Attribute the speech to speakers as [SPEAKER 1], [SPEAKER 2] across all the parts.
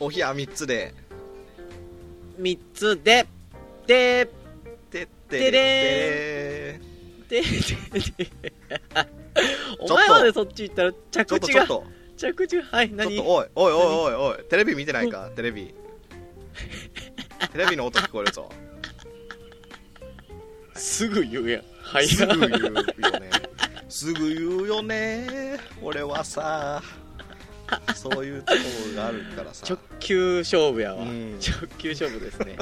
[SPEAKER 1] お冷や3つで
[SPEAKER 2] 3つで、で、
[SPEAKER 1] てって
[SPEAKER 2] て
[SPEAKER 1] れー
[SPEAKER 2] で、で、 で、お前までそっち行ったら
[SPEAKER 1] ちょっ
[SPEAKER 2] 着
[SPEAKER 1] とち
[SPEAKER 2] 地
[SPEAKER 1] ょ
[SPEAKER 2] が
[SPEAKER 1] っ、と
[SPEAKER 2] 着地が、はい、
[SPEAKER 1] ちょっ
[SPEAKER 2] 何
[SPEAKER 1] とおいおいおいおいおいテレビ見てないかテレビ テレビの音聞こえるぞ
[SPEAKER 2] すぐ言うやん。はい、
[SPEAKER 1] すぐ言うよねすぐ言うよね俺はさそういうところがあるからさ
[SPEAKER 2] 直球勝負やわ。
[SPEAKER 1] うん
[SPEAKER 2] 直球勝負ですね。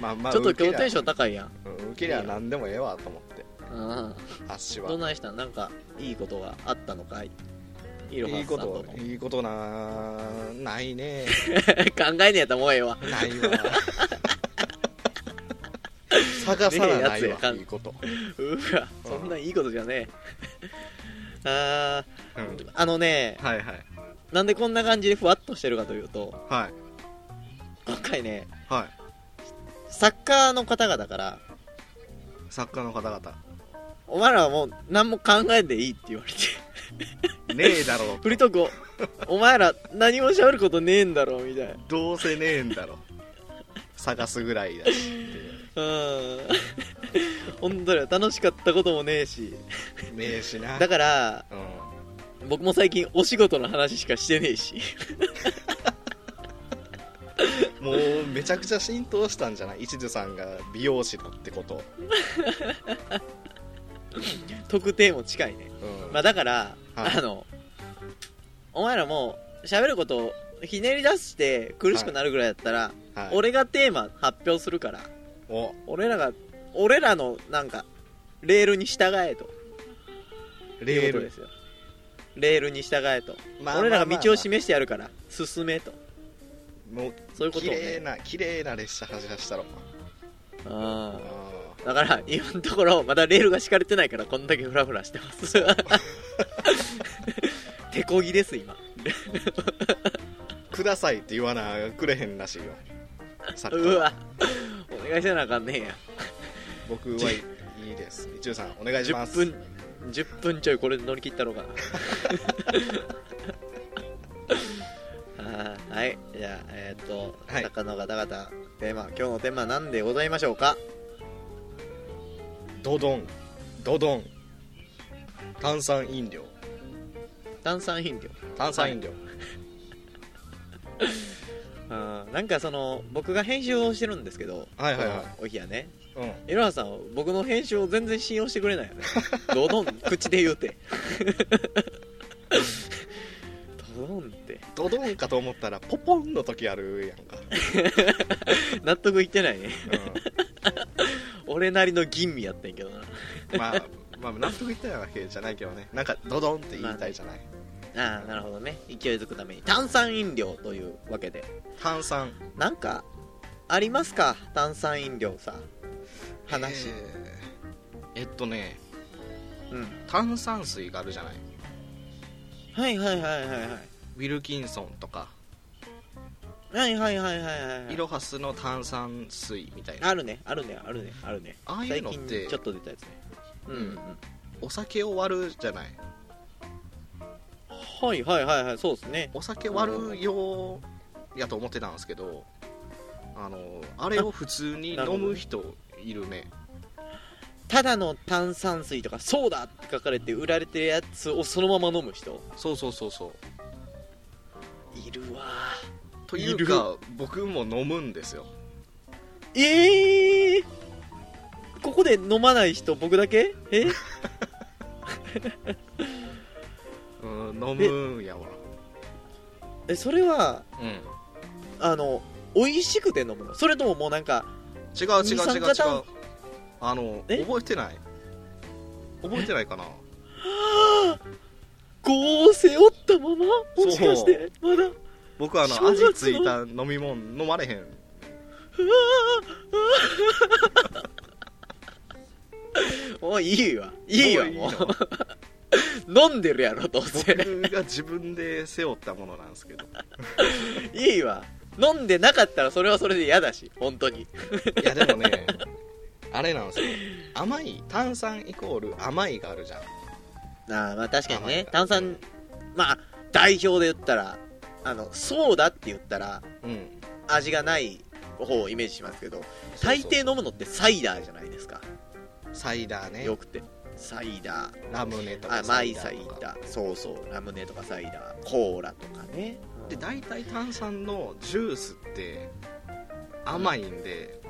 [SPEAKER 1] ま あまあ
[SPEAKER 2] ちょっと
[SPEAKER 1] 受け
[SPEAKER 2] 今
[SPEAKER 1] り
[SPEAKER 2] 日
[SPEAKER 1] ゃ
[SPEAKER 2] テンション高いやん。
[SPEAKER 1] うん受けりゃ何でもええわと思って
[SPEAKER 2] うん。
[SPEAKER 1] あっしは
[SPEAKER 2] どないしたんなんか、いいことがあったのかいいろ
[SPEAKER 1] い
[SPEAKER 2] はいさ
[SPEAKER 1] こ
[SPEAKER 2] んと
[SPEAKER 1] と
[SPEAKER 2] の。
[SPEAKER 1] いいことなないね
[SPEAKER 2] 考えねえやったらもうええわ。
[SPEAKER 1] ない わ探さなな
[SPEAKER 2] ねえ
[SPEAKER 1] い
[SPEAKER 2] やつやか
[SPEAKER 1] わ
[SPEAKER 2] ん
[SPEAKER 1] いいこと、
[SPEAKER 2] うわ、そんないいことじゃねえ。 あ
[SPEAKER 1] うん
[SPEAKER 2] ー、あのね、
[SPEAKER 1] はいはい
[SPEAKER 2] なんでこんな感じでふわっとしてるかというと、
[SPEAKER 1] はい
[SPEAKER 2] 今回ね、
[SPEAKER 1] はい
[SPEAKER 2] 作家の方々から、
[SPEAKER 1] 作家の方々
[SPEAKER 2] お前らはもう何も考えんでいいって言われて、
[SPEAKER 1] ねえだろ
[SPEAKER 2] フリートークを、 お前ら何も喋ることねえんだろうみたいな。
[SPEAKER 1] どうせねえんだろ探すぐらいだしっていう
[SPEAKER 2] うん。 本当だよ、楽しかったこともねえし。
[SPEAKER 1] ねえしな
[SPEAKER 2] だから、
[SPEAKER 1] うん、
[SPEAKER 2] 僕も最近お仕事の話しかしてねえし。
[SPEAKER 1] もうめちゃくちゃ浸透したんじゃない一途さんが美容師だってこと、
[SPEAKER 2] 特定も近いね。
[SPEAKER 1] うん
[SPEAKER 2] まあだから、
[SPEAKER 1] はい
[SPEAKER 2] あの、お前らもう喋ることをひねり出して苦しくなるぐらいだったら、
[SPEAKER 1] はい、
[SPEAKER 2] 俺がテーマ発表するから、
[SPEAKER 1] お
[SPEAKER 2] 俺らが、俺らのなんか、レールに従えと。
[SPEAKER 1] レー
[SPEAKER 2] いうことで
[SPEAKER 1] ル、
[SPEAKER 2] すよレールに従えと、
[SPEAKER 1] まあ
[SPEAKER 2] 俺らが
[SPEAKER 1] まあまあ
[SPEAKER 2] 道を示してやるから進めと
[SPEAKER 1] もう
[SPEAKER 2] そういうこと
[SPEAKER 1] 綺
[SPEAKER 2] を
[SPEAKER 1] 麗
[SPEAKER 2] ね
[SPEAKER 1] な綺麗な列車走らしたろ
[SPEAKER 2] あ
[SPEAKER 1] ああ
[SPEAKER 2] だから今のところまだレールが敷かれてないからこんだけフラフラしてます 手こぎです今
[SPEAKER 1] くださいって言わなくれへんらしいよ作家
[SPEAKER 2] うわお願いせなあかんね
[SPEAKER 1] 僕はいいいです一途さんお願
[SPEAKER 2] え
[SPEAKER 1] いし
[SPEAKER 2] や
[SPEAKER 1] ます
[SPEAKER 2] 10分10分ちょいこれで乗り切ったろ うかなあーはいじゃあえーっと
[SPEAKER 1] はい
[SPEAKER 2] 作家の方々テーマ今日のテーマは何でございましょうか
[SPEAKER 1] ドドンドドン炭酸飲料
[SPEAKER 2] 炭酸飲料
[SPEAKER 1] 炭酸飲料、
[SPEAKER 2] あーなんかその僕が編集をしてるんですけど、
[SPEAKER 1] はいはいはい
[SPEAKER 2] このお日やね
[SPEAKER 1] うん
[SPEAKER 2] いろはさん僕の編集を全然信用してくれない よねドドン口で言うてドドンって
[SPEAKER 1] ドドンかと思ったらポポンの時あるやんか、
[SPEAKER 2] 納得いってないね俺なりの吟味やってんけどな
[SPEAKER 1] うん、まあ まあ納得いったわけじゃないけどねなんかドドンって言いたいじゃない、
[SPEAKER 2] ああなるほどね勢いづくために炭酸飲料というわけで
[SPEAKER 1] 炭酸
[SPEAKER 2] なんかありますか炭酸飲料さ
[SPEAKER 1] え
[SPEAKER 2] 話、
[SPEAKER 1] ーえっとね
[SPEAKER 2] うん
[SPEAKER 1] 炭酸水があるじゃない
[SPEAKER 2] はいはいはいはいはい
[SPEAKER 1] ウィルキンソンとか
[SPEAKER 2] はいはいはいはいはいはい
[SPEAKER 1] イロハスの炭酸水みたいな
[SPEAKER 2] あるねあるねあるねあるね
[SPEAKER 1] ああい
[SPEAKER 2] 最
[SPEAKER 1] うのっ
[SPEAKER 2] 近
[SPEAKER 1] て
[SPEAKER 2] ちょっと出たやつねうん、うん、
[SPEAKER 1] お酒を割るじゃない
[SPEAKER 2] はいはいはいはいそうですね
[SPEAKER 1] お酒割る用やと思ってたんですけどあのあれを普通に飲む人いるね
[SPEAKER 2] ただの炭酸水とかソーダって書かれて売られてるやつをそのまま飲む人
[SPEAKER 1] そうそうそうそう
[SPEAKER 2] いるわ
[SPEAKER 1] というか僕も飲むんですよ
[SPEAKER 2] ええー、ここで飲まない人僕だけえ
[SPEAKER 1] うん飲むんやわ
[SPEAKER 2] えそれは
[SPEAKER 1] うん違う
[SPEAKER 2] あの美味しくて飲むのそれとももうなんか
[SPEAKER 1] 違う違う
[SPEAKER 2] 二酸
[SPEAKER 1] 違
[SPEAKER 2] 化
[SPEAKER 1] う
[SPEAKER 2] 炭
[SPEAKER 1] あの
[SPEAKER 2] え
[SPEAKER 1] 覚えてない覚えてないかな
[SPEAKER 2] 業を背負ったままもしかしてまだ
[SPEAKER 1] 僕あの
[SPEAKER 2] 正月
[SPEAKER 1] 味
[SPEAKER 2] の
[SPEAKER 1] ついた飲み物飲まれへん
[SPEAKER 2] おいいいわいいわ
[SPEAKER 1] ど
[SPEAKER 2] も
[SPEAKER 1] うの
[SPEAKER 2] う 飲んでるやろどうせ
[SPEAKER 1] 僕が自分で背負ったものなんですけど
[SPEAKER 2] いいわ飲んでなかったらそれはそれで嫌だし本当に
[SPEAKER 1] いやでもねあれなんですよ甘い炭酸イコール甘いがあるじゃん
[SPEAKER 2] ああまあ確かに
[SPEAKER 1] 甘い
[SPEAKER 2] ね
[SPEAKER 1] から
[SPEAKER 2] 炭
[SPEAKER 1] うん
[SPEAKER 2] 酸まあ代表で言ったらあのソーダって言ったら
[SPEAKER 1] うん
[SPEAKER 2] 味がない方をイメージしますけど
[SPEAKER 1] そう
[SPEAKER 2] 大
[SPEAKER 1] そう
[SPEAKER 2] 抵飲むのってサイダーじゃないですか
[SPEAKER 1] サイダーね
[SPEAKER 2] よくてサイダー
[SPEAKER 1] ラムネとか
[SPEAKER 2] あマイサイ
[SPEAKER 1] とか
[SPEAKER 2] ダーそうそうラムネとかサイダーコーラとかね
[SPEAKER 1] で大体炭酸のジュースって甘いんで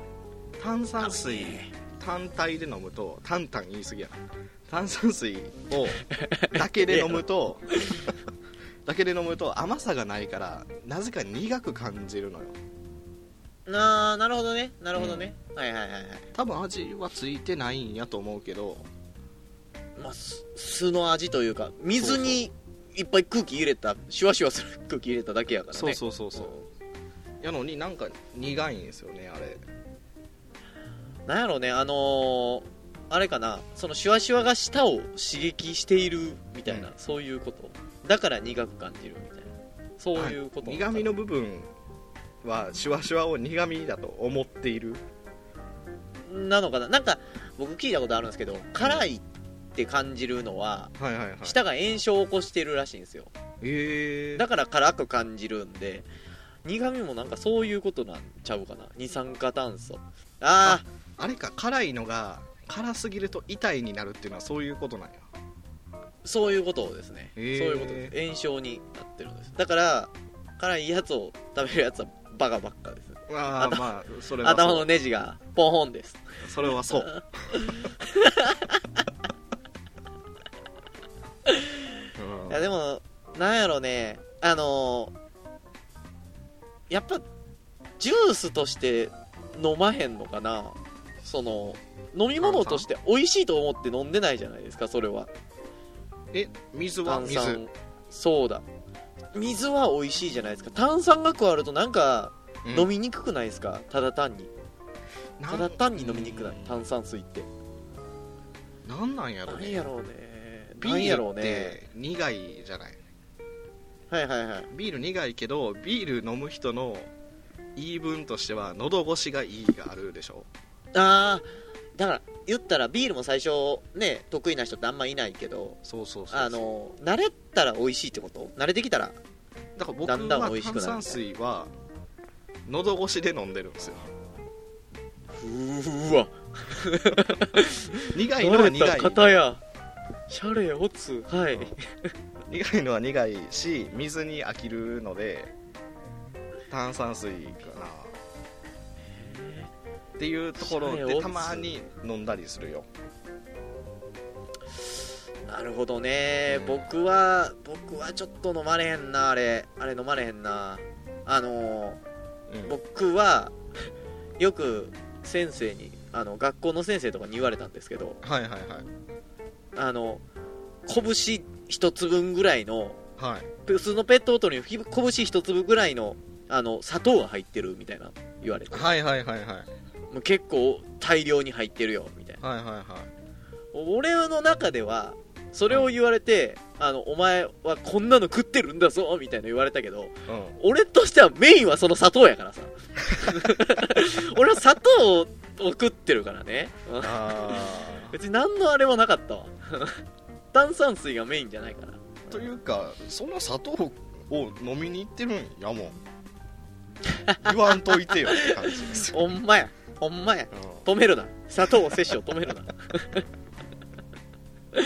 [SPEAKER 1] 炭酸水単体で飲むとタンタン言い過ぎやな炭酸水 をだけで飲むと だけで飲むと甘さがないからなぜか苦く感じるのよ
[SPEAKER 2] あーなるほどねなるほどね、はいはいはいはい
[SPEAKER 1] 多分味はついてないんやと思うけど
[SPEAKER 2] まあ、す酢の味というか水にいっぱい空気入れたシュワシュワする空気入れただけやからね
[SPEAKER 1] そうそうそうそうやのになんか苦いんですよねあれ
[SPEAKER 2] なんやろうねあのーあれかなそのシュワシュワが舌を刺激しているみたいな、
[SPEAKER 1] うん
[SPEAKER 2] そういうことだから苦く感じるみたいなそういうこと
[SPEAKER 1] 苦味の部分はシュワシュワを苦味だと思っている
[SPEAKER 2] なのかななんか僕聞いたことあるんですけど辛いって感じるのは
[SPEAKER 1] はいはいはい
[SPEAKER 2] 舌が炎症を起こしてるらしいんですよ
[SPEAKER 1] え
[SPEAKER 2] だから辛く感じるんで苦味もなんかそういうことなんちゃうかな二酸化炭素ああ
[SPEAKER 1] あれか辛いのが辛すぎると痛いになるっていうのはそういうことなんや
[SPEAKER 2] そういうことですね、
[SPEAKER 1] へー
[SPEAKER 2] そういうことです炎症になってるんですだから辛いやつを食べるやつはバカばっかです
[SPEAKER 1] ああ
[SPEAKER 2] 頭
[SPEAKER 1] まあそれは
[SPEAKER 2] 頭
[SPEAKER 1] そ
[SPEAKER 2] の
[SPEAKER 1] う
[SPEAKER 2] ネジがポンポンです
[SPEAKER 1] それは そう、 うん
[SPEAKER 2] いやでもなんやろねあのーやっぱジュースとして飲まへんのかなその飲み物として美味しいと思って飲んでないじゃないですかそれは
[SPEAKER 1] え水は
[SPEAKER 2] 炭
[SPEAKER 1] 水は
[SPEAKER 2] 酸そうだ水は美味しいじゃないですか炭酸が加わるとなんか飲みにくくないですか、ただ単にただ単に飲みにくくない炭酸水って
[SPEAKER 1] なんなんやろ
[SPEAKER 2] 何
[SPEAKER 1] ね
[SPEAKER 2] やろうね
[SPEAKER 1] ビ
[SPEAKER 2] 何やろ
[SPEAKER 1] ー
[SPEAKER 2] う
[SPEAKER 1] ルっ
[SPEAKER 2] ね
[SPEAKER 1] て苦いじゃない
[SPEAKER 2] はいはいはい
[SPEAKER 1] ビール苦いけどビール飲む人の言い分としては喉越しがいいがあるでしょ
[SPEAKER 2] あーだから言ったらビールも最初ね得意な人ってあんまいないけど
[SPEAKER 1] そうそうそうそう
[SPEAKER 2] あの慣れたら美味しいってこと慣れてきたら
[SPEAKER 1] だから僕
[SPEAKER 2] だ
[SPEAKER 1] は
[SPEAKER 2] んだん美味しくな
[SPEAKER 1] 炭
[SPEAKER 2] る
[SPEAKER 1] 酸水は喉越しで飲んでるんですよ
[SPEAKER 2] うーわ
[SPEAKER 1] 苦いのは
[SPEAKER 2] 慣れ
[SPEAKER 1] 苦
[SPEAKER 2] た
[SPEAKER 1] い
[SPEAKER 2] 方やシャレオツはい
[SPEAKER 1] 苦いのは苦いし水に飽きるので炭酸水かなっていうところ
[SPEAKER 2] それ
[SPEAKER 1] で
[SPEAKER 2] を
[SPEAKER 1] たまに飲んだりするよ
[SPEAKER 2] なるほどね、
[SPEAKER 1] うん
[SPEAKER 2] 僕は僕はちょっと飲まれへんなあれあれ飲まれへんなあの
[SPEAKER 1] うん
[SPEAKER 2] ー僕はよく先生にあの学校の先生とかに言われたんですけど
[SPEAKER 1] はいはいはい
[SPEAKER 2] あの拳一つ分ぐらいの
[SPEAKER 1] はい
[SPEAKER 2] 普通のペットボトルに拳一粒ぐらいのあの砂糖が入ってるみたいな言われて
[SPEAKER 1] はいはいはいはい
[SPEAKER 2] もう結構大量に入ってるよみたいな
[SPEAKER 1] はいはいはい
[SPEAKER 2] 俺の中ではそれを言われて、あのお前はこんなの食ってるんだぞみたいな言われたけど
[SPEAKER 1] うん
[SPEAKER 2] 俺としてはメインはその砂糖やからさ 俺は砂糖を食ってるからねうん
[SPEAKER 1] あー
[SPEAKER 2] 別に何のあれもなかったわ 炭酸水がメインじゃないから
[SPEAKER 1] というかその砂糖を飲みに行ってるんや もん言わんといてよって感じです よ、
[SPEAKER 2] ほんまやほんまや
[SPEAKER 1] うん
[SPEAKER 2] 止めるな砂糖を摂取を止めるな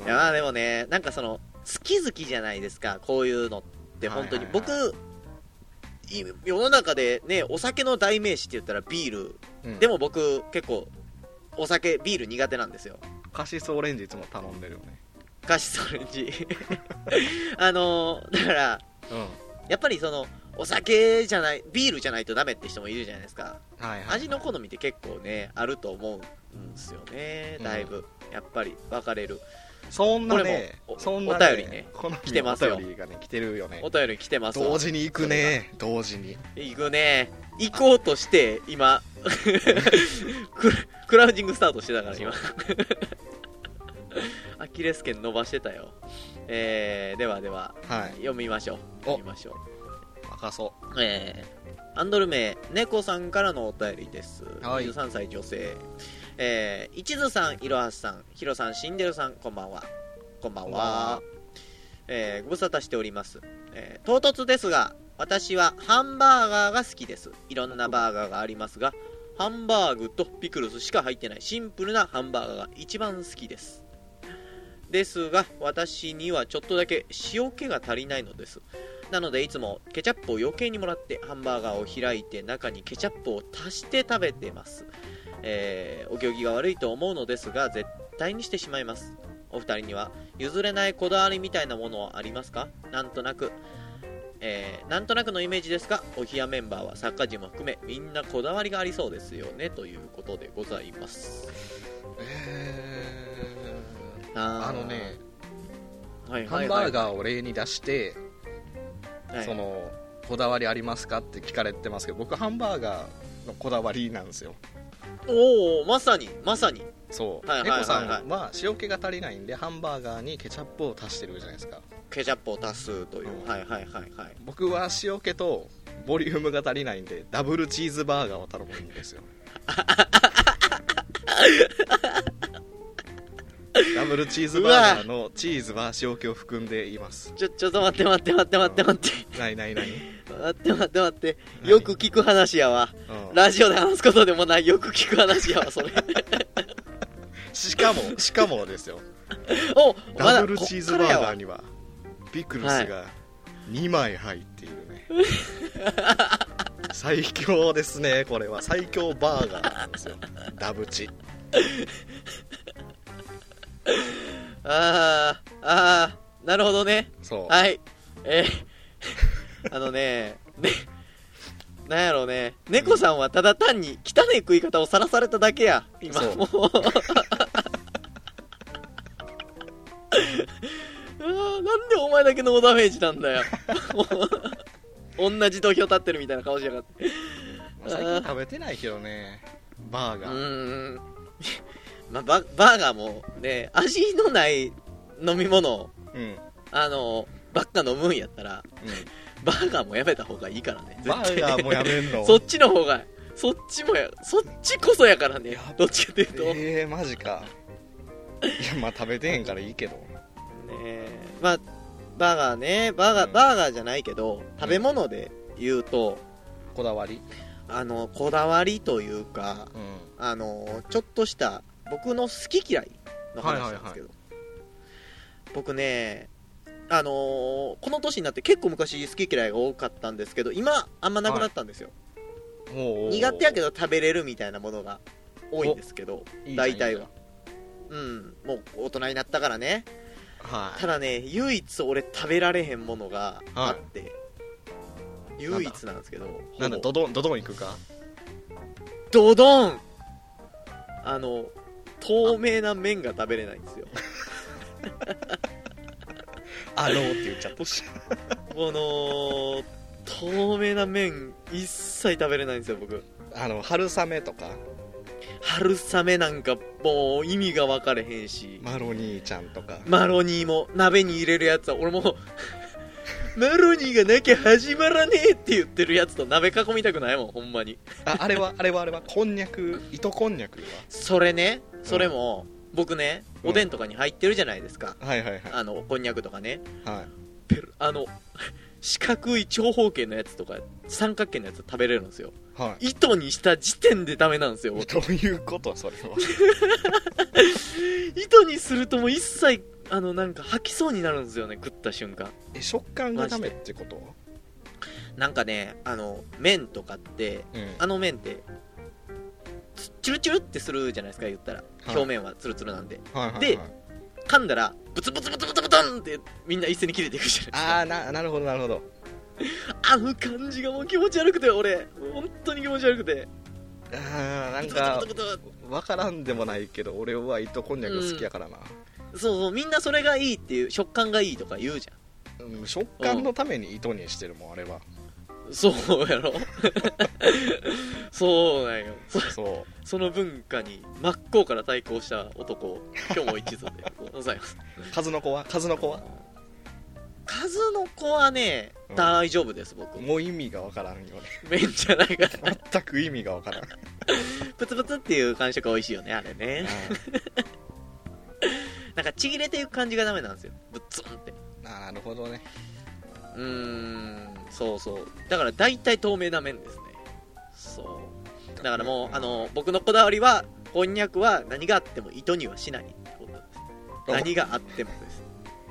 [SPEAKER 2] いやまあでもねなんかその好き好きじゃないですかこういうのって本当に、
[SPEAKER 1] はいはい
[SPEAKER 2] 僕い世の中でねお酒の代名詞って言ったらビール、
[SPEAKER 1] うん
[SPEAKER 2] でも僕結構お酒ビール苦手なんですよ
[SPEAKER 1] カシスオレンジいつも頼んでるよね
[SPEAKER 2] カシスオレンジ あのーだから
[SPEAKER 1] う
[SPEAKER 2] やっぱりそのお酒じゃないビールじゃないとダメって人もいるじゃないですか
[SPEAKER 1] んはいはい
[SPEAKER 2] 味の好みって結構ねあると思うんですよねだいぶ、やっぱり分かれる
[SPEAKER 1] そんなね
[SPEAKER 2] これもお
[SPEAKER 1] そんなね
[SPEAKER 2] お便りね
[SPEAKER 1] この日
[SPEAKER 2] 来てますよ
[SPEAKER 1] お便りがね来てるよね
[SPEAKER 2] お便り来てますわ
[SPEAKER 1] 同時に行くね同時に
[SPEAKER 2] 行くね行こうとして 今ククラウジングスタートしてたから今アキレス腱伸ばしてたよえー、ではでは
[SPEAKER 1] はい
[SPEAKER 2] 読みましょう
[SPEAKER 1] お
[SPEAKER 2] 読みましょう
[SPEAKER 1] 若そ
[SPEAKER 2] えーアンドル名、猫さんからのお便りです。
[SPEAKER 1] はい
[SPEAKER 2] 23歳女性。えー、一途さん、いろはさん、ひろさん、しんでるさん、こんばんは。こんばん
[SPEAKER 1] こんばん
[SPEAKER 2] は
[SPEAKER 1] は。
[SPEAKER 2] えーご無沙汰しております、えー唐突ですが私はハンバーガーが好きですいろんなバーガーがありますがハンバーグとピクルスしか入ってないシンプルなハンバーガーが一番好きですですが私にはちょっとだけ塩気が足りないのですなのでいつもケチャップを余計にもらってハンバーガーを開いて中にケチャップを足して食べてます、えーお行儀が悪いと思うのですが絶対にしてしまいますお二人には譲れないこだわりみたいなものはありますかなんとなく、えーなんとなくのイメージですがお冷やメンバーは作家陣も含めみんなこだわりがありそうですよねということでございます
[SPEAKER 1] えー
[SPEAKER 2] あー
[SPEAKER 1] あのね、
[SPEAKER 2] はい
[SPEAKER 1] ハ
[SPEAKER 2] はい
[SPEAKER 1] ン
[SPEAKER 2] は
[SPEAKER 1] バ
[SPEAKER 2] い
[SPEAKER 1] ーガーを例に出して、
[SPEAKER 2] はい
[SPEAKER 1] そのこだわりありますかって聞かれてますけど僕ハンバーガーのこだわりなんですよ
[SPEAKER 2] おおまさにまさに
[SPEAKER 1] そう
[SPEAKER 2] はいはいはいはい
[SPEAKER 1] 猫さんは塩気が足りないんでハンバーガーにケチャップを足してるじゃないですか
[SPEAKER 2] ケチャップを足すという、
[SPEAKER 1] うん
[SPEAKER 2] はいはいはいはい
[SPEAKER 1] 僕は塩気とボリュームが足りないんでダブルチーズバーガーを頼むんです よダブルチーズバーガーのチーズは塩気を含んでいます
[SPEAKER 2] ちょちょっと待って待って待って待って待って
[SPEAKER 1] ないないない、
[SPEAKER 2] 待って待って待って
[SPEAKER 1] 何
[SPEAKER 2] よく聞く話やわ
[SPEAKER 1] うん
[SPEAKER 2] ラジオで話すことでもないよく聞く話や わそれ
[SPEAKER 1] しかもしかもですよ
[SPEAKER 2] おま
[SPEAKER 1] ダ
[SPEAKER 2] だ
[SPEAKER 1] ブルチーズバーガー
[SPEAKER 2] ー
[SPEAKER 1] にはピクルスが2枚入っているね、最強ですねこれは最強バーガーなんですよダブチ
[SPEAKER 2] あーあーなるほどね
[SPEAKER 1] そう、
[SPEAKER 2] はい。えー あのね、ね、なんやろうね、猫さんはただ単に汚い食い方をさらされただけや、今
[SPEAKER 1] そう
[SPEAKER 2] もう。 うわーなんでお前だけノーダメージなんだよ。も う同じ土俵立ってるみたいな顔しやがって。
[SPEAKER 1] まあ最近食べてないけどねバー
[SPEAKER 2] う
[SPEAKER 1] ガー、
[SPEAKER 2] ーん。 まあ、ババーガーもね、味のない飲み物、
[SPEAKER 1] うんうん
[SPEAKER 2] あの、ばっか飲むんやったら、バーガーもやめた方がいいからね。絶
[SPEAKER 1] バ
[SPEAKER 2] 対
[SPEAKER 1] ーガーもやめんの
[SPEAKER 2] そっちの方が、そっちもや、そっちこそやからね
[SPEAKER 1] やっ。
[SPEAKER 2] どっちかというと。ね
[SPEAKER 1] えー、マジかいやまあ食べてへんからいいけど
[SPEAKER 2] えまあ、バーガーね、バーガー、
[SPEAKER 1] うん
[SPEAKER 2] バーガーじゃないけど、食べ物で言うと、
[SPEAKER 1] こだわり
[SPEAKER 2] あの、こだわりというか、
[SPEAKER 1] うん
[SPEAKER 2] あの、ちょっとした、僕の好き嫌いの話なんですけど。僕ね、あのこの年になって結構昔好き嫌いが多かったんですけど、今、あんまなくなったんですよ。
[SPEAKER 1] もう
[SPEAKER 2] 苦手やけ
[SPEAKER 1] ど
[SPEAKER 2] ど食べれるみたいなものが多いんですけど大体はうんもう大人になったからね
[SPEAKER 1] は
[SPEAKER 2] ただね唯一俺食べられへんものがあって、唯一なんですけど
[SPEAKER 1] いなんだ
[SPEAKER 2] ほ
[SPEAKER 1] ド
[SPEAKER 2] ぼ
[SPEAKER 1] ドンドドンいくか
[SPEAKER 2] ドドンあの透明な麺が食べれないんですよ
[SPEAKER 1] あろうって言っちゃ った
[SPEAKER 2] この透明な麺一切食べれないんですよ僕
[SPEAKER 1] あの春雨とか
[SPEAKER 2] 春雨なんかもう意味が分かれへんし
[SPEAKER 1] マロニーちゃんとか
[SPEAKER 2] マロニーも鍋に入れるやつは俺も マロニーがなきゃ始まらねえって言ってるやつと鍋囲みたくないもんほんまに
[SPEAKER 1] ああれはあれはあれはこんにゃく糸こんにゃくよ
[SPEAKER 2] それねそれも、僕ね
[SPEAKER 1] うん
[SPEAKER 2] おでんとかに入ってるじゃないですか、
[SPEAKER 1] はいはいはい
[SPEAKER 2] あのこんにゃくとかね
[SPEAKER 1] はい
[SPEAKER 2] ペルあの四角い長方形のやつとか三角形のやつ食べれるんですよ
[SPEAKER 1] は
[SPEAKER 2] 糸にした時点でダメなんですよ
[SPEAKER 1] い
[SPEAKER 2] 僕
[SPEAKER 1] どういうことそれは
[SPEAKER 2] 糸にするともう一切あのなんか吐きそうになるんですよね食った瞬間
[SPEAKER 1] え食感がダメってこと
[SPEAKER 2] なんかねあの麺とかって
[SPEAKER 1] うん
[SPEAKER 2] あの麺ってつチュルチュルってするじゃないですか言ったら表面はツルツルなんで、
[SPEAKER 1] はいはいはい
[SPEAKER 2] で噛んだらブツブツブツブツブツンってみんな一斉に切れていくじゃ
[SPEAKER 1] あ
[SPEAKER 2] ない
[SPEAKER 1] あななるほどなるほど
[SPEAKER 2] ですかあの感じがもう気持ち悪くて俺本当に気持ち悪くて
[SPEAKER 1] あーなん
[SPEAKER 2] ブツ
[SPEAKER 1] か
[SPEAKER 2] ブツブツブツ
[SPEAKER 1] わからんでもないけど俺は糸こんにゃく好きやからな、
[SPEAKER 2] そうそうみんなそれがいいっていう食感がいいとか言うじゃ
[SPEAKER 1] うん食感のために糸にしてるもんあれは
[SPEAKER 2] んそうやろそうなんよそ
[SPEAKER 1] そ
[SPEAKER 2] その文化に真っ向から対抗した男今日も一途でございます
[SPEAKER 1] う数の子は数の子は
[SPEAKER 2] 数の子はね、
[SPEAKER 1] うん
[SPEAKER 2] 大丈夫です僕
[SPEAKER 1] もう意味がわからんよね
[SPEAKER 2] 麺じゃないから
[SPEAKER 1] 全く意味がわからん
[SPEAKER 2] プツプツっていう感触が美味しいよねあれねなんかちぎれていく感じがダメなんですよぶっつんって
[SPEAKER 1] ああーなるほどね
[SPEAKER 2] うーんそうそうだから大体透明な麺ですねそうだからもうあの僕のこだわりはこんにゃくは何があっても糸にはしないってことです
[SPEAKER 1] お
[SPEAKER 2] 何があってもです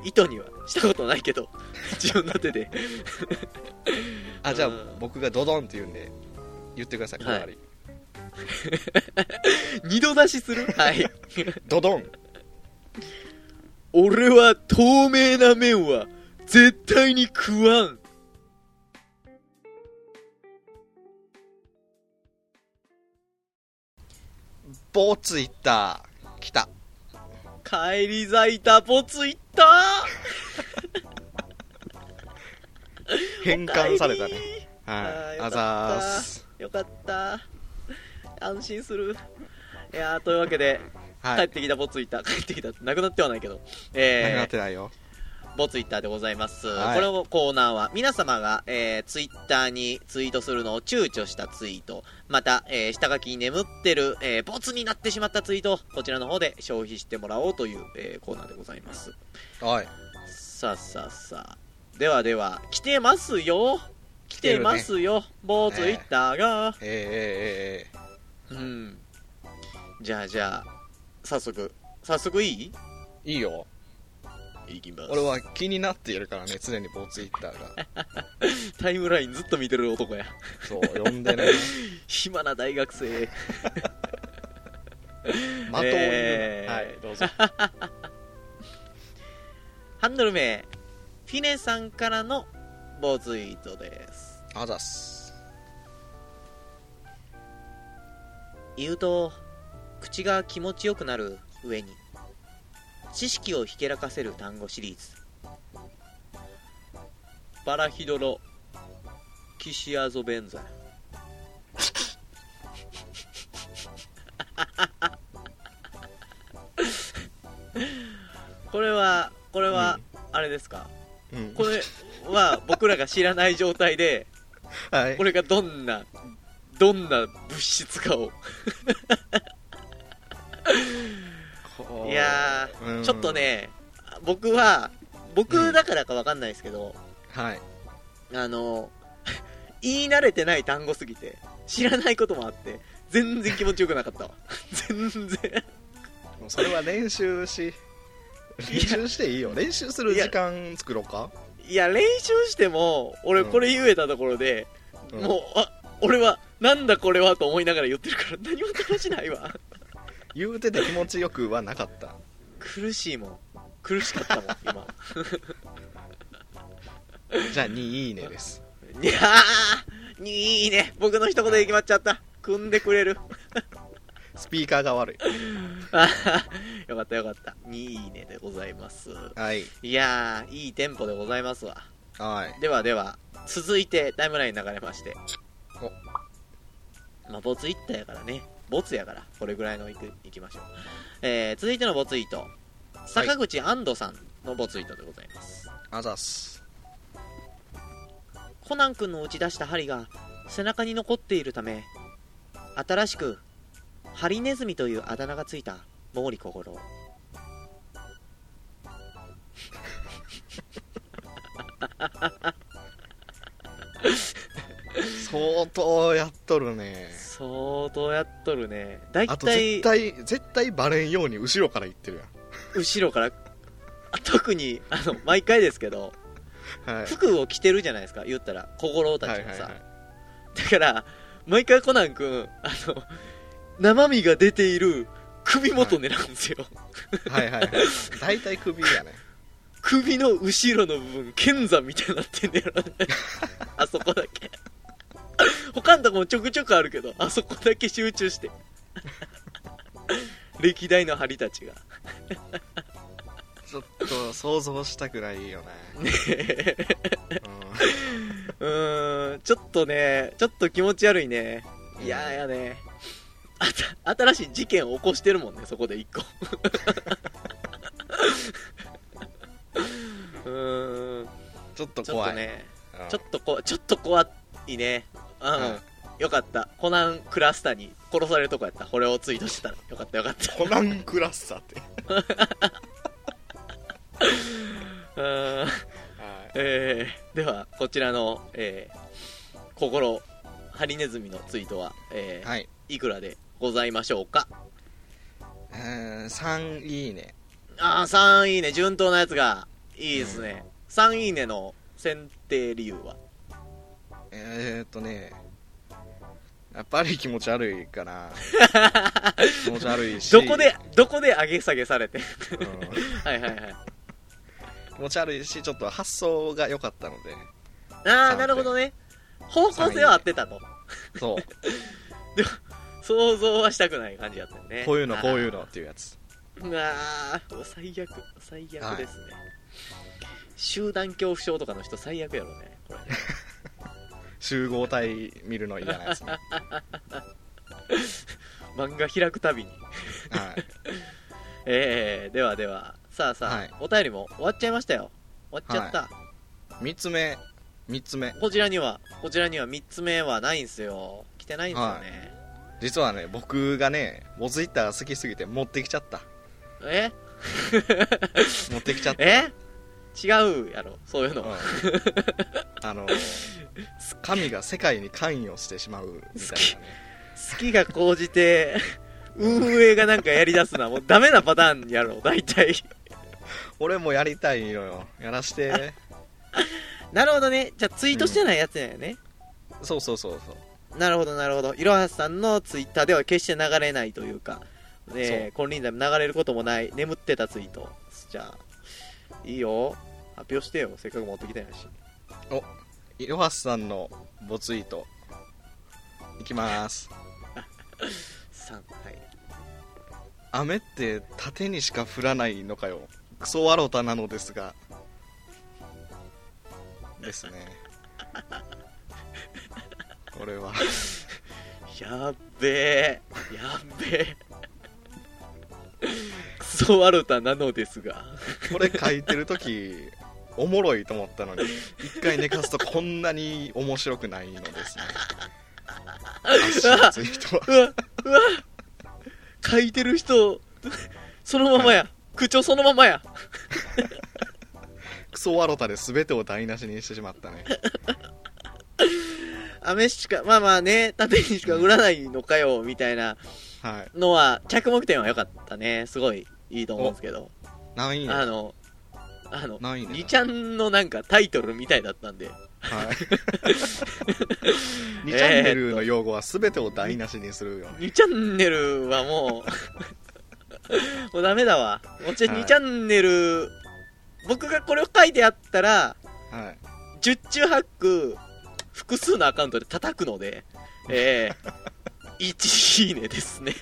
[SPEAKER 2] 糸にはしたことないけど 自分の手で
[SPEAKER 1] あじゃあ
[SPEAKER 2] うん
[SPEAKER 1] 僕がドドンって言うんで言ってくださいこだわり、
[SPEAKER 2] 二度出しするはい
[SPEAKER 1] ドドン
[SPEAKER 2] 俺は透明な麺は絶対に食わん
[SPEAKER 1] ボツいった来た
[SPEAKER 2] 帰り咲いたポツイッター
[SPEAKER 1] 変換されたね
[SPEAKER 2] あ
[SPEAKER 1] はい
[SPEAKER 2] ーよ
[SPEAKER 1] あ
[SPEAKER 2] かった
[SPEAKER 1] ざーす
[SPEAKER 2] よかった安心するいやーというわけで、
[SPEAKER 1] は
[SPEAKER 2] 帰
[SPEAKER 1] い
[SPEAKER 2] ってきたボツイッター帰ってきたってなくなってはないけど
[SPEAKER 1] なくな
[SPEAKER 2] え
[SPEAKER 1] っ
[SPEAKER 2] ー
[SPEAKER 1] てないよ
[SPEAKER 2] ボツイッターでございます、
[SPEAKER 1] はい
[SPEAKER 2] このコーナーは皆様が、えー、ツイッターにツイートするのを躊躇したツイートまた、えー下書きに眠ってる、えーボツになってしまったツイートをこちらの方で消費してもらおうという、えーコーナーでございます
[SPEAKER 1] はい
[SPEAKER 2] さあさあさあではでは来てますよ来てますよ、ボツイッターが、
[SPEAKER 1] えー、えー、えー、え
[SPEAKER 2] うんじゃあじゃあ早速早速いい
[SPEAKER 1] ーいいよ
[SPEAKER 2] いきます
[SPEAKER 1] 俺は気になっているからね常にボツイッターが
[SPEAKER 2] タイムラインずっと見てる男や
[SPEAKER 1] そう呼んでね
[SPEAKER 2] 暇な大学生
[SPEAKER 1] 的を言うな、
[SPEAKER 2] えー
[SPEAKER 1] はいどうぞ
[SPEAKER 2] ハンドル名、フィネさんからのボツイートです。
[SPEAKER 1] あざっす
[SPEAKER 2] 言うと、口が気持ちよくなる上に、知識をひけらかせる単語シリーズ。パラヒドロ、キシアゾベンザ。これは、これは、あれですか、
[SPEAKER 1] うん
[SPEAKER 2] これは僕らが知らない状態で、
[SPEAKER 1] はい
[SPEAKER 2] これがどんな、どんな物質かを。
[SPEAKER 1] こう
[SPEAKER 2] いやー
[SPEAKER 1] うん
[SPEAKER 2] ちょっとね、僕は、僕だからかわかんないですけど、
[SPEAKER 1] はい
[SPEAKER 2] あの、 言い慣れてない単語すぎて、知らないこともあって、全然気持ちよくなかったわ。 全然。
[SPEAKER 1] もうそれは練習し練習していいよ練習する時間作ろうか
[SPEAKER 2] いや、練習しても、俺
[SPEAKER 1] うん
[SPEAKER 2] これ言えたところで、
[SPEAKER 1] うん
[SPEAKER 2] もう、あ、俺は、なんだこれはと思いながら言ってるから、何も楽しないわ。
[SPEAKER 1] 言うてて気持ちよくはなかった
[SPEAKER 2] 苦しいもん。苦しかったもん、今。
[SPEAKER 1] じゃあ2いいねです
[SPEAKER 2] いやーいいね僕の一言で決まっちゃった組んでくれる
[SPEAKER 1] スピーカーが悪い
[SPEAKER 2] あははよかったよかったいいねでございます
[SPEAKER 1] はい
[SPEAKER 2] いやーいいテンポでございますわ
[SPEAKER 1] はい
[SPEAKER 2] ではでは続いてタイムライン流れましてまあボツイッターやからねボツやからこれぐらいのいくいきましょう、えー、続いてのボツイート坂口安藤さんのボツイートでございます、
[SPEAKER 1] あざっす
[SPEAKER 2] コナン君の打ち出した針が背中に残っているため新しくハリネズミというあだ名がついた毛利小五郎
[SPEAKER 1] 相当やっとるね
[SPEAKER 2] 相当やっとるね大
[SPEAKER 1] あと絶対
[SPEAKER 2] 体
[SPEAKER 1] 絶対バレんように後ろから言ってる
[SPEAKER 2] 後ろから特にあの毎回ですけど
[SPEAKER 1] やんはい
[SPEAKER 2] 服を着てるじゃないですか言ったら小五郎たち
[SPEAKER 1] は
[SPEAKER 2] が
[SPEAKER 1] い
[SPEAKER 2] さ、
[SPEAKER 1] はいはい
[SPEAKER 2] だから毎回コナン君あの生身が出ている首元狙うんですよ、
[SPEAKER 1] はいはいはい大体首やね
[SPEAKER 2] 首の後ろの部分剣山みたいになってんだよねあそこだけ他のとこもちょくちょくあるけどあそこだけ集中して歴代の針たちが
[SPEAKER 1] ちょっと想像したくないよね
[SPEAKER 2] うーんちょっとねちょっと気持ち悪いね
[SPEAKER 1] うん
[SPEAKER 2] いやーやねあた新しい事件を起こしてるもんねそこで一個うーん
[SPEAKER 1] うんちょっと
[SPEAKER 2] ちょっ
[SPEAKER 1] 怖
[SPEAKER 2] と
[SPEAKER 1] い
[SPEAKER 2] ね
[SPEAKER 1] うん
[SPEAKER 2] ちょっとこ、ちょっと怖いね。うん。
[SPEAKER 1] は
[SPEAKER 2] よかった。コナンクラスターに殺されるとこやった。これをツイートしてたら。よかったよかっ た。
[SPEAKER 1] コナンクラッサーって
[SPEAKER 2] うーん。えーではこちらの、えー心ハリネズミのツイートは、えー
[SPEAKER 1] はい
[SPEAKER 2] い、くらでございましょうか
[SPEAKER 1] うーん3いいね
[SPEAKER 2] ああ3いいね順当なやつがいいですね、3いいねの選定理由は
[SPEAKER 1] えー、っとねやっぱり気持ち悪いか な気持ち悪いし
[SPEAKER 2] どこで、どこで上げ下げさ れて
[SPEAKER 1] うん
[SPEAKER 2] はいはいはい
[SPEAKER 1] 気持ち悪いしちょっと発想が良かったので
[SPEAKER 2] ああなるほどね方向性は合ってたと
[SPEAKER 1] そう
[SPEAKER 2] 想像はしたくない感じだったよね
[SPEAKER 1] こういうのこういうのっていうやつ
[SPEAKER 2] うわー最悪最悪ですね、集団恐怖症とかの人最悪やろうねこれね
[SPEAKER 1] 集合体見るの嫌なやつね、
[SPEAKER 2] 漫画開くたびに
[SPEAKER 1] はい、
[SPEAKER 2] えー、ではではさあさあ、
[SPEAKER 1] はい
[SPEAKER 2] お便りも終わっちゃいましたよ終わっちゃった、
[SPEAKER 1] 3つ目3つ目
[SPEAKER 2] こちらにはこちらには3つ目はないんすよ来てないんすよね、
[SPEAKER 1] 実はね僕がねモズイッターが好きすぎて持ってきちゃった
[SPEAKER 2] え
[SPEAKER 1] 持ってきちゃった
[SPEAKER 2] え違うやろそういうの、
[SPEAKER 1] うんあの神が世界に関与してしまうみたいなね
[SPEAKER 2] 好きが高じて 運営がなんかやりだすのはもうダメなパターンやろ大体
[SPEAKER 1] 俺もやりたいのよやらして
[SPEAKER 2] なるほどねじゃあツイートしてないやつだよね、
[SPEAKER 1] そうそうそうそう
[SPEAKER 2] なるほどなるほどいろはさんのツイッターでは決して流れないというかえー、金輪際も流れることもない眠ってたツイートじゃあいいよ発表してよせっかく持ってきたんやし
[SPEAKER 1] いろはすさんのボツイートいきます
[SPEAKER 2] 3はい
[SPEAKER 1] 雨って縦にしか降らないのかよクソワロタなのですがですねこれは
[SPEAKER 2] やっべえやっべえクソワルタなのですが
[SPEAKER 1] これ書いてる時おもろいと思ったのに一回寝かすとこんなに面白くないのですね足のツイートは
[SPEAKER 2] うわうわ書いてる人そのままや口調そのままや
[SPEAKER 1] クソワロタで全てを台無しにしてしまったね
[SPEAKER 2] 雨しかまあまあね縦にしか売らないのかよみたいな
[SPEAKER 1] はい
[SPEAKER 2] のは着目点は良かったねすごいいいと思うんですけど
[SPEAKER 1] 何位
[SPEAKER 2] あのあの
[SPEAKER 1] 何位
[SPEAKER 2] りちゃんのなんかタイトルみたいだったんで
[SPEAKER 1] はい、2チャンネルの用語は全てを台無しにするよね、
[SPEAKER 2] 2チャンネルはもう もうダメだわもちろん
[SPEAKER 1] はい
[SPEAKER 2] 2チャンネル僕がこれを書いてあったら
[SPEAKER 1] はい、
[SPEAKER 2] 十中八九複数のアカウントで叩くので えー、1いいねですね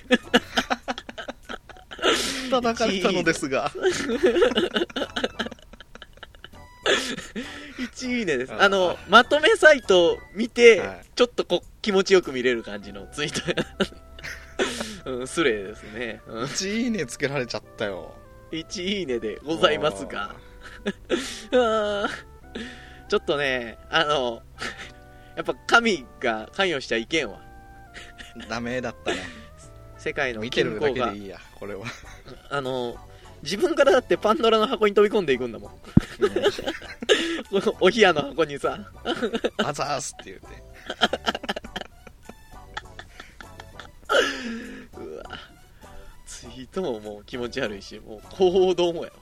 [SPEAKER 1] 叩かれたのです が
[SPEAKER 2] 1いいねです
[SPEAKER 1] あー
[SPEAKER 2] あのまとめサイトを見て、
[SPEAKER 1] はい
[SPEAKER 2] ちょっとこう気持ちよく見れる感じのツイート うん、スレですね、うん
[SPEAKER 1] 1いいねつけられちゃったよ
[SPEAKER 2] 1いいねでございますがあーちょっとねあの やっぱ神が関与しちゃいけんわ
[SPEAKER 1] おーダメだったね
[SPEAKER 2] 世界の
[SPEAKER 1] 見て
[SPEAKER 2] 均
[SPEAKER 1] るだ
[SPEAKER 2] 衡
[SPEAKER 1] け
[SPEAKER 2] が
[SPEAKER 1] でいいやこれ は、
[SPEAKER 2] あの自分からだってパンドラの箱に飛び込んでいくんだもん こ
[SPEAKER 1] うん
[SPEAKER 2] のお冷やの箱にさ
[SPEAKER 1] あざーすって言うて
[SPEAKER 2] うわツイートももう気持ち悪いしもう行動もやわ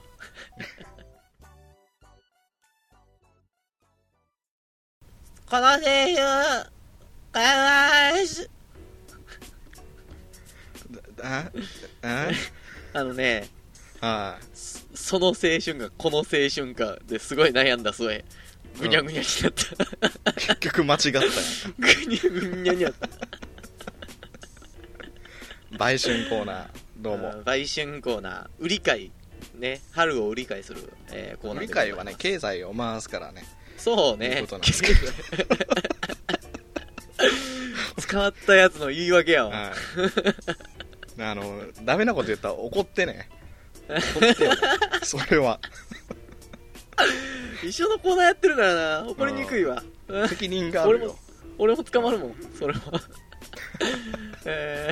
[SPEAKER 2] この製品かわいし
[SPEAKER 1] だだ
[SPEAKER 2] あのね
[SPEAKER 1] あはい
[SPEAKER 2] そその青春がこの青春かですごい悩んだ末ぐにゃぐにゃになった、
[SPEAKER 1] 結局間違ったよ
[SPEAKER 2] ぐにゃぐにゃになった
[SPEAKER 1] 売春コーナーどうも
[SPEAKER 2] あー売春コーナー売り買いね春を売り買いする、えーコーナー
[SPEAKER 1] 理
[SPEAKER 2] でござい
[SPEAKER 1] 解は
[SPEAKER 2] ます
[SPEAKER 1] ね経済を回すからね
[SPEAKER 2] そう
[SPEAKER 1] いい
[SPEAKER 2] ね
[SPEAKER 1] ことなんですけ
[SPEAKER 2] 捕まったやつの言い訳やわ、
[SPEAKER 1] はいあのダメなこと言ったら怒ってね怒ってよそれは
[SPEAKER 2] 一緒のコーナーやってるからな怒りにくいわ、うん
[SPEAKER 1] 責任がある
[SPEAKER 2] 俺
[SPEAKER 1] よ
[SPEAKER 2] も 俺も捕まるもんそれは え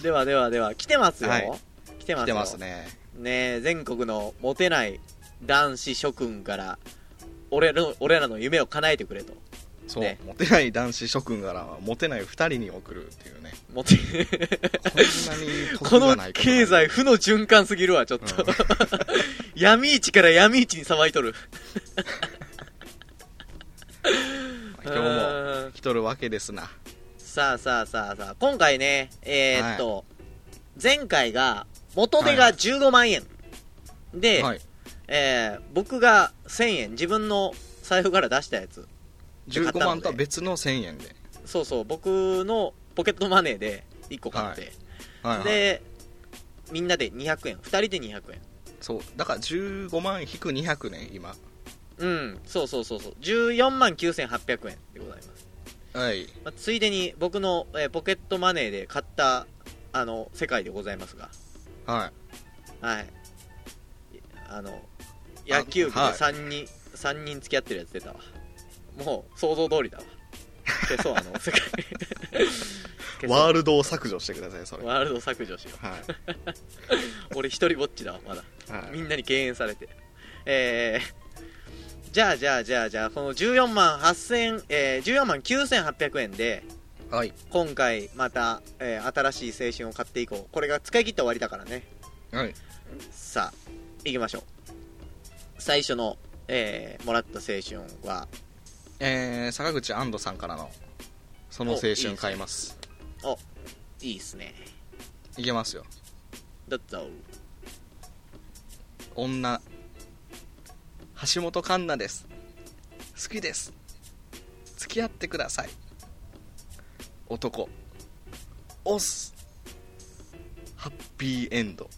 [SPEAKER 2] ーではではでは来てますよ、
[SPEAKER 1] はい
[SPEAKER 2] 来てま
[SPEAKER 1] 来
[SPEAKER 2] すよ
[SPEAKER 1] てますね
[SPEAKER 2] ねえ全国のモテない男子諸君から俺の俺らの夢を叶えてくれと
[SPEAKER 1] そう、
[SPEAKER 2] ね
[SPEAKER 1] モテない男子諸君からはモテない2人に送るっていうね
[SPEAKER 2] 持って
[SPEAKER 1] こんなに
[SPEAKER 2] こ
[SPEAKER 1] 得が
[SPEAKER 2] の
[SPEAKER 1] ないこと
[SPEAKER 2] 経済負の循環すぎるわちょっと、 闇市から闇市にさばいとる
[SPEAKER 1] 今日も
[SPEAKER 2] うん
[SPEAKER 1] 来とるわけですな
[SPEAKER 2] さあさあさあさあ今回ねえーっと、前回が元手
[SPEAKER 1] は
[SPEAKER 2] が
[SPEAKER 1] い
[SPEAKER 2] 15万円、で、
[SPEAKER 1] はい
[SPEAKER 2] えー僕が1000円自分の財布から出したやつ
[SPEAKER 1] 15万とは別の1000円で、
[SPEAKER 2] そうそう僕のポケットマネーで1個買って、
[SPEAKER 1] はいはい、
[SPEAKER 2] でみんなで200円2人で200円
[SPEAKER 1] そうだから15万引く200ね今
[SPEAKER 2] うんそうそうそうそう14万9800円でございます、
[SPEAKER 1] はい
[SPEAKER 2] まあ、ついでに僕の、えーポケットマネーで買ったあの世界でございますが
[SPEAKER 1] は
[SPEAKER 2] はいあの野球部で
[SPEAKER 1] はい
[SPEAKER 2] 3人、三人付き合ってるやつ出たわもう想像通りだわ消そうあ の世
[SPEAKER 1] い
[SPEAKER 2] 界消そう
[SPEAKER 1] ワールドを削除してくださいそれはい、
[SPEAKER 2] ワールド削除しよう俺一人ぼっちだわまだ
[SPEAKER 1] はい
[SPEAKER 2] みんなに敬遠されて。えー、じゃあじゃあじゃあじゃあ、この14万8000、えー、14万9800円で、
[SPEAKER 1] はい
[SPEAKER 2] 今回また、えー新しい青春を買っていこう。これが使い切って終わりだからね。
[SPEAKER 1] はい
[SPEAKER 2] さあ、行きましょう。最初の、えーもらった青春は、
[SPEAKER 1] えー、坂口安藤さんからのその青春買います
[SPEAKER 2] いいっすね。
[SPEAKER 1] いけますよ
[SPEAKER 2] どうぞ。
[SPEAKER 1] 女橋本環奈です好きです付き合ってください男オスハッピーエンド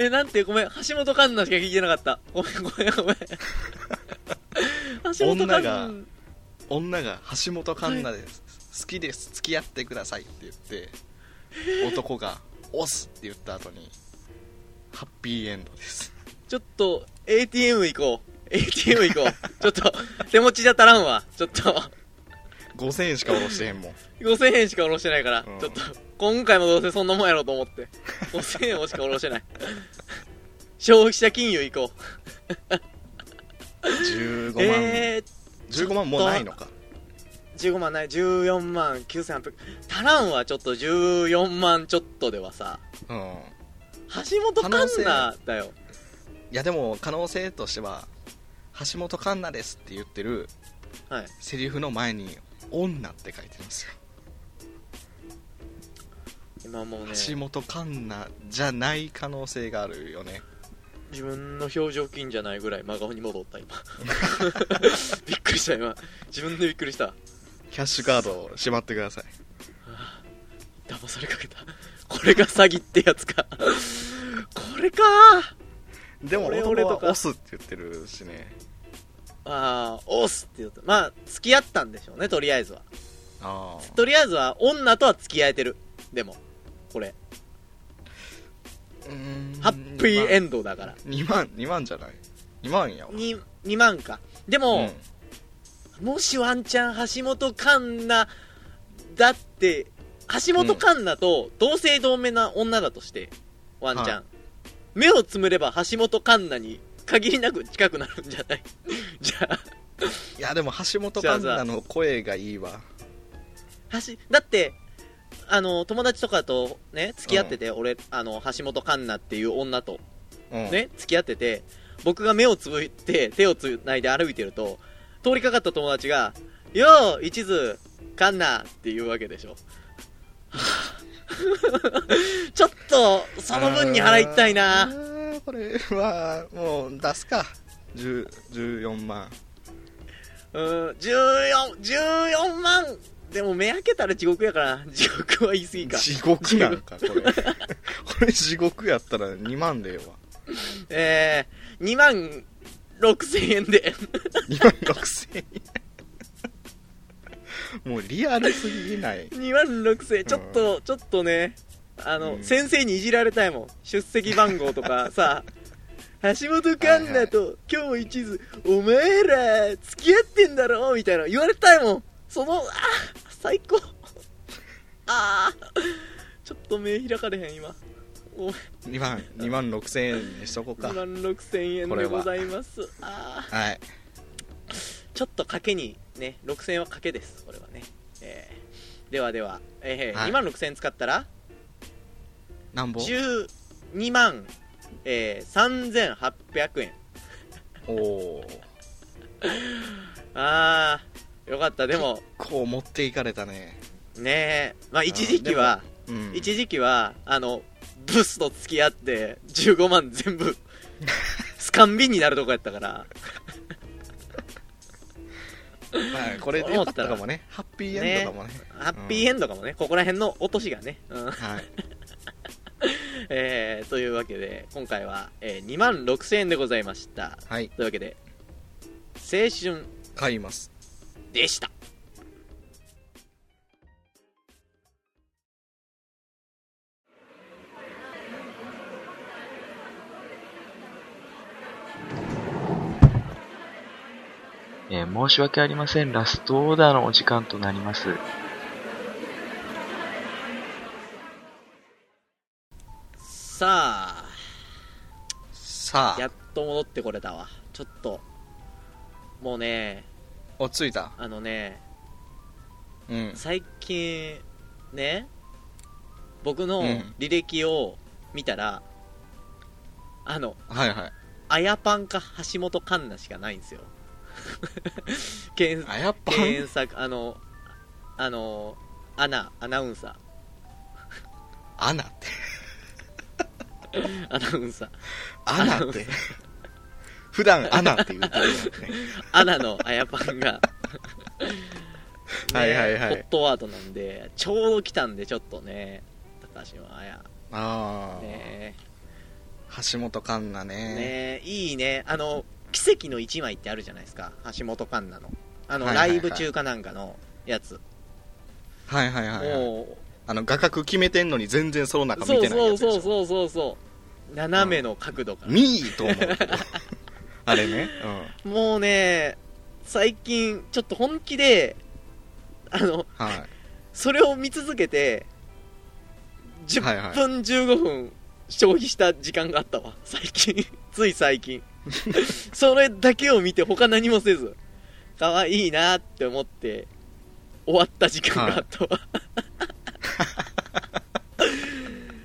[SPEAKER 2] え、なんて、ごめん。橋本環奈しか聞いてなかった。ごめん、ごめん、ごめん。橋本環
[SPEAKER 1] 女が
[SPEAKER 2] 奈。
[SPEAKER 1] 女が橋本環奈です、好きです付き合ってくださいって言って男がオスって言った後にハッピーエンドです
[SPEAKER 2] ちょっと、ATM 行こう。ATM 行こう。ち ょっと、手持ちじゃ足らんわ。ちょっと、
[SPEAKER 1] 5000円しか下ろしてへんもん
[SPEAKER 2] 5000円しか下ろしてないから、
[SPEAKER 1] うん
[SPEAKER 2] ちょっと、今回もどうせそんなもんやろうと思って。5000円もしか下ろしてない。消費者金融行こう。
[SPEAKER 1] 15万、
[SPEAKER 2] え
[SPEAKER 1] 15万もうないのか
[SPEAKER 2] ー、15万ない。14万9800。足らんわ、ちょっと14万ちょっとではさ。
[SPEAKER 1] うん
[SPEAKER 2] 橋本環奈だよ。
[SPEAKER 1] いやでも可能性としては橋本環奈ですって言ってる
[SPEAKER 2] はい。
[SPEAKER 1] セリフの前に女って書いてますよ、
[SPEAKER 2] 今もうね、
[SPEAKER 1] 橋本環奈じゃない可能性があるよね
[SPEAKER 2] 自分の表情筋じゃないぐらい真顔に 戻った、今。びっくりした、今。自分でびっくりした。
[SPEAKER 1] キャッシュカードをしまってください
[SPEAKER 2] 騙されかけたこれが詐欺ってやつかこれか
[SPEAKER 1] でも
[SPEAKER 2] 俺
[SPEAKER 1] 男
[SPEAKER 2] 俺と
[SPEAKER 1] は
[SPEAKER 2] か
[SPEAKER 1] 押すって言ってるしね
[SPEAKER 2] ああ押すって言うとまあ付き合ったんでしょうねとりあえずは
[SPEAKER 1] ああ
[SPEAKER 2] とりあえずは女とは付き合えてるでもこれハッピーエ
[SPEAKER 1] ン
[SPEAKER 2] ンドだから
[SPEAKER 1] 2万2万じゃない2万やわ
[SPEAKER 2] 2, 2万かでも、
[SPEAKER 1] う
[SPEAKER 2] もしワンチャン橋本環奈だって橋本環奈と同姓同名な女だとしてワンチャン、
[SPEAKER 1] は
[SPEAKER 2] 目をつむれば橋本環奈に限りなく近くなるんじゃない じゃあ
[SPEAKER 1] んいやでも橋本環奈の声がいいわ
[SPEAKER 2] はしだってあの友達とかとね付き合ってて、俺あの橋本環奈っていう女と
[SPEAKER 1] うん
[SPEAKER 2] ね、付き合ってて僕が目をつぶって手をつないで歩いてると通りかかった友達が「よう一途環奈」って言うわけでしょ ちょっとその分に払いたい
[SPEAKER 1] あ
[SPEAKER 2] な
[SPEAKER 1] ーこれはもう出すか10 14万
[SPEAKER 2] うん14 14万でも目開けたら地獄やから地獄は言い過ぎか
[SPEAKER 1] 地獄やんか これこれ地獄やったら2万でええわ
[SPEAKER 2] えー、2万6000円で
[SPEAKER 1] 2万6000円もうリアルすぎない
[SPEAKER 2] 2万6000ちょっと、ちょっとねあの、
[SPEAKER 1] うん
[SPEAKER 2] 先生にいじられたいもん出席番号 とかさ橋本環奈と今日も一途お前ら付き合ってんだろみたいな言われたいもんそのあー 最高ああちょっと目開かれへん今お
[SPEAKER 1] 2万2万6000円にしとこうか
[SPEAKER 2] 2万6000円
[SPEAKER 1] こ
[SPEAKER 2] で
[SPEAKER 1] れは
[SPEAKER 2] ございますあー
[SPEAKER 1] はい
[SPEAKER 2] ちょっと賭けにね6000円は賭けですこれはね、えーではでは、え
[SPEAKER 1] はい
[SPEAKER 2] 2万6000円使ったら
[SPEAKER 1] なんぼ
[SPEAKER 2] 12万、えー3800円
[SPEAKER 1] おおー
[SPEAKER 2] ああよかったでも
[SPEAKER 1] こう持っていかれたね
[SPEAKER 2] ねえまあ一時期は
[SPEAKER 1] うん
[SPEAKER 2] 一時期はあのブスと付き合って15万全部スカンビンになるとこやったから
[SPEAKER 1] まあこれでよかったかもねハッピーエンドかもね
[SPEAKER 2] ハッピーエンドかもね、ここら辺の落としがね、うん
[SPEAKER 1] はい
[SPEAKER 2] えーというわけで今回は、え2万6000円でございました
[SPEAKER 1] はい
[SPEAKER 2] というわけで青春
[SPEAKER 1] 買います
[SPEAKER 2] でした
[SPEAKER 3] えー申し訳ありません。ラストオーダーのお時間となります。
[SPEAKER 2] さ
[SPEAKER 1] さ
[SPEAKER 2] あや
[SPEAKER 1] あ
[SPEAKER 2] っと戻ってこれたわちょっともうね
[SPEAKER 1] 落ち着いた
[SPEAKER 2] あのね
[SPEAKER 1] うん
[SPEAKER 2] 最近ね僕の
[SPEAKER 1] うん
[SPEAKER 2] 履歴を見たら、あの
[SPEAKER 1] はいはい
[SPEAKER 2] あやパンか橋本環奈しかないん ですよ検
[SPEAKER 1] あやっぱ
[SPEAKER 2] 検索あのあのアナアナウンサ
[SPEAKER 1] アナって
[SPEAKER 2] ーアナウンサー
[SPEAKER 1] アナって 普段アナって言ってるよ ね
[SPEAKER 2] アナのあやパンが
[SPEAKER 1] はいはいはい
[SPEAKER 2] ホットワードなんでちょうど来たんでちょっとね高橋のあや
[SPEAKER 1] ああ、
[SPEAKER 2] ね
[SPEAKER 1] 橋本環奈
[SPEAKER 2] え
[SPEAKER 1] ね
[SPEAKER 2] ねえいいねあの奇跡の一枚ってあるじゃないですか橋本環奈のあの、
[SPEAKER 1] はいはいはい
[SPEAKER 2] ライブ中かなんかのやつ、
[SPEAKER 1] はいはいはい、はい、
[SPEAKER 2] もう
[SPEAKER 1] あの画角決めてんのに全然その中見
[SPEAKER 2] そう
[SPEAKER 1] てない
[SPEAKER 2] そ
[SPEAKER 1] や
[SPEAKER 2] う
[SPEAKER 1] つでしょ
[SPEAKER 2] そうそうそうそう斜めの角度から、
[SPEAKER 1] ミー と思うけどあれね
[SPEAKER 2] もうね最近ちょっと本気であの
[SPEAKER 1] うんはい
[SPEAKER 2] それを見続けて10
[SPEAKER 1] はいはい
[SPEAKER 2] 分15分消費した時間があったわ最近 つい最近それだけを見て他何もせず可愛いなって思って終わった時間が あったわ、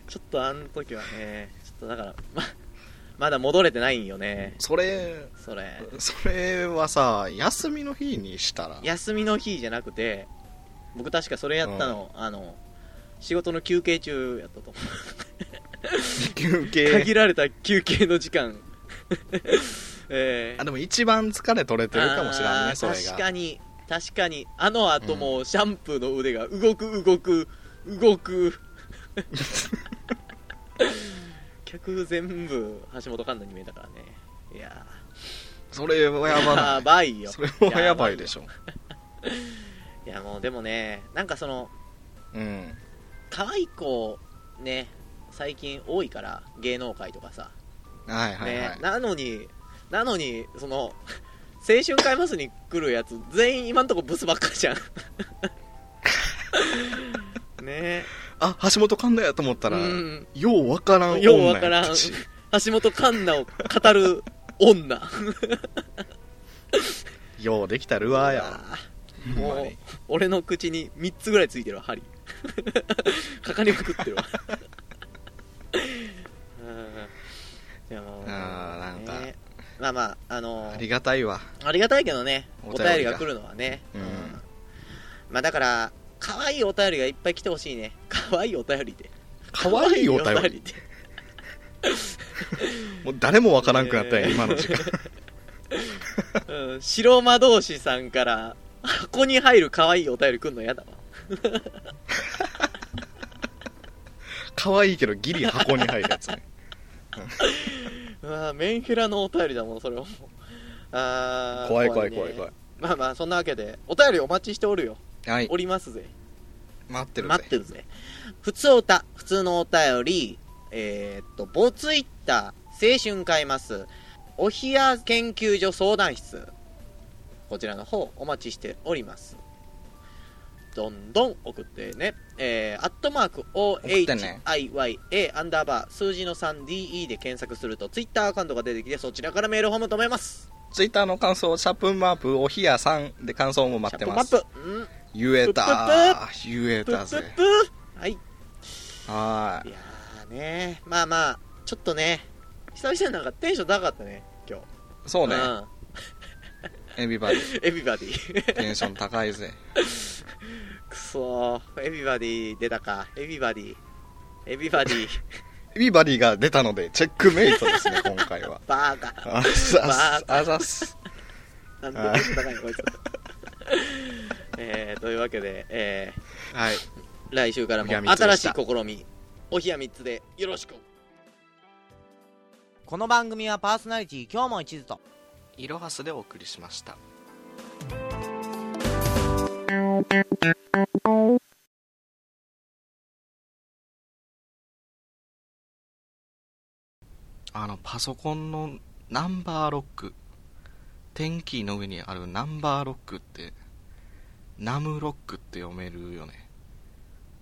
[SPEAKER 2] ちょっとあの時はねちょっとだからままだ戻れてないんよね
[SPEAKER 1] それ
[SPEAKER 2] それ
[SPEAKER 1] それはさ休みの日にしたら
[SPEAKER 2] 休みの日じゃなくて僕確かそれやったの、あの仕事の休憩中やったと思う
[SPEAKER 1] 休憩
[SPEAKER 2] 限られた休憩の時間 えー
[SPEAKER 1] あでも一番疲れ取れてるかもしれん
[SPEAKER 2] あ
[SPEAKER 1] ね
[SPEAKER 2] ー
[SPEAKER 1] それ
[SPEAKER 2] 確
[SPEAKER 1] が
[SPEAKER 2] かに確かにあの後もうシャンプーの腕が動く動く動く 客全部橋本環奈に見えたからねいや
[SPEAKER 1] それはや
[SPEAKER 2] ー
[SPEAKER 1] ば
[SPEAKER 2] や
[SPEAKER 1] な
[SPEAKER 2] ばい
[SPEAKER 1] い
[SPEAKER 2] よ
[SPEAKER 1] それはやばいでしょ
[SPEAKER 2] いやもうでもねなんかその
[SPEAKER 1] うん
[SPEAKER 2] 可愛い子ね最近多いから芸能界とかさ、
[SPEAKER 1] はいはいは
[SPEAKER 2] ね
[SPEAKER 1] い、
[SPEAKER 2] なのになのにその青春買いますに来るやつ全員今んとこブスばっ かじゃんね
[SPEAKER 1] あ橋本環奈やと思ったら、
[SPEAKER 2] うん
[SPEAKER 1] ようわからん女
[SPEAKER 2] ようわからん
[SPEAKER 1] やったし
[SPEAKER 2] 橋本環奈を語る女
[SPEAKER 1] ようできたルアーや
[SPEAKER 2] あー
[SPEAKER 1] ほんま
[SPEAKER 2] もう
[SPEAKER 1] に
[SPEAKER 2] 俺の口に3つぐらいついてるわ針 かかりまくってるわうんでも
[SPEAKER 1] あーなんか
[SPEAKER 2] ねまあまああのー
[SPEAKER 1] ありがたいわ
[SPEAKER 2] ありがたいけどね、
[SPEAKER 1] お
[SPEAKER 2] お
[SPEAKER 1] 便りが
[SPEAKER 2] 便りが来るのはね。
[SPEAKER 1] うん
[SPEAKER 2] まあだから、可愛いお便りがいっぱい来てほしいね。可愛いお便りで。
[SPEAKER 1] 可愛いお
[SPEAKER 2] 可
[SPEAKER 1] 便
[SPEAKER 2] 愛
[SPEAKER 1] り
[SPEAKER 2] で。
[SPEAKER 1] もう誰もわからんくなったんや今の時間
[SPEAKER 2] うん、白魔道士さんから、箱に入る可愛いお便り来るの嫌だわ。
[SPEAKER 1] 可愛いけどギリ箱に入るや つね
[SPEAKER 2] うわメンヘラのお便りだもん、それはもう。あー
[SPEAKER 1] 怖い怖い怖い
[SPEAKER 2] ね
[SPEAKER 1] 怖い
[SPEAKER 2] まあまあ、そんなわけで、お便りお待ちしておるよ。
[SPEAKER 1] はい
[SPEAKER 2] おりますぜ。
[SPEAKER 1] 待ってるぜ
[SPEAKER 2] 待ってるぜ。普通おた、普通のお便り、えーっと、ボツイッター、青春買います。お冷や研究所相談室。こちらの方、お待ちしております。どんどん送ってね。えー、アットマーク
[SPEAKER 1] ってね
[SPEAKER 2] OHIYA アンダーバー数字の 3DE で検索するとツイッターアカウントが出てきてそちらからメールフォームと思います。
[SPEAKER 1] ツイッターの感想、シャープマップ、おひやさんで感想も待ってます。
[SPEAKER 2] シャップマップ。うん。
[SPEAKER 1] 言えた。言え
[SPEAKER 2] プ
[SPEAKER 1] た
[SPEAKER 2] ップ
[SPEAKER 1] ぜ。
[SPEAKER 2] ップはい。
[SPEAKER 1] はい
[SPEAKER 2] い。やーねまあまあ、ちょっとね、久々になんかテンション高かったね、今日。
[SPEAKER 1] そうね。
[SPEAKER 2] ん
[SPEAKER 1] エビバディ。
[SPEAKER 2] エビバディ。
[SPEAKER 1] テンション高いぜ。
[SPEAKER 2] くそー、エビバディ出たか。エビバディ。エビバディ。
[SPEAKER 1] エビバディが出たので、チェックメイトですね、今回は。
[SPEAKER 2] バーカ。
[SPEAKER 1] あざ
[SPEAKER 2] バ
[SPEAKER 1] す。あざす。
[SPEAKER 2] なんでテンション高いのこいつ。 えー、というわけで、え
[SPEAKER 1] はい。
[SPEAKER 2] ー、来週からも
[SPEAKER 1] おひやみつで
[SPEAKER 2] 新
[SPEAKER 1] し
[SPEAKER 2] したい試み、おひや3つでよろしく。
[SPEAKER 4] この番組はパーソナリティ今日も一途と
[SPEAKER 1] いろはすでお送りしました。あのパソコンのナンバーロック天気の上にあるナンバーロックってナムロックって読めるよね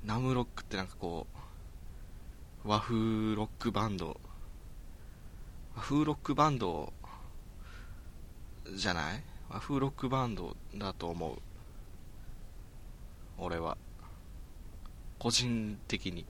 [SPEAKER 1] ナムロックってなんかこう和風ロックバンド和風ロックバンドじゃない和風ロックバンドだと思う俺は個人的に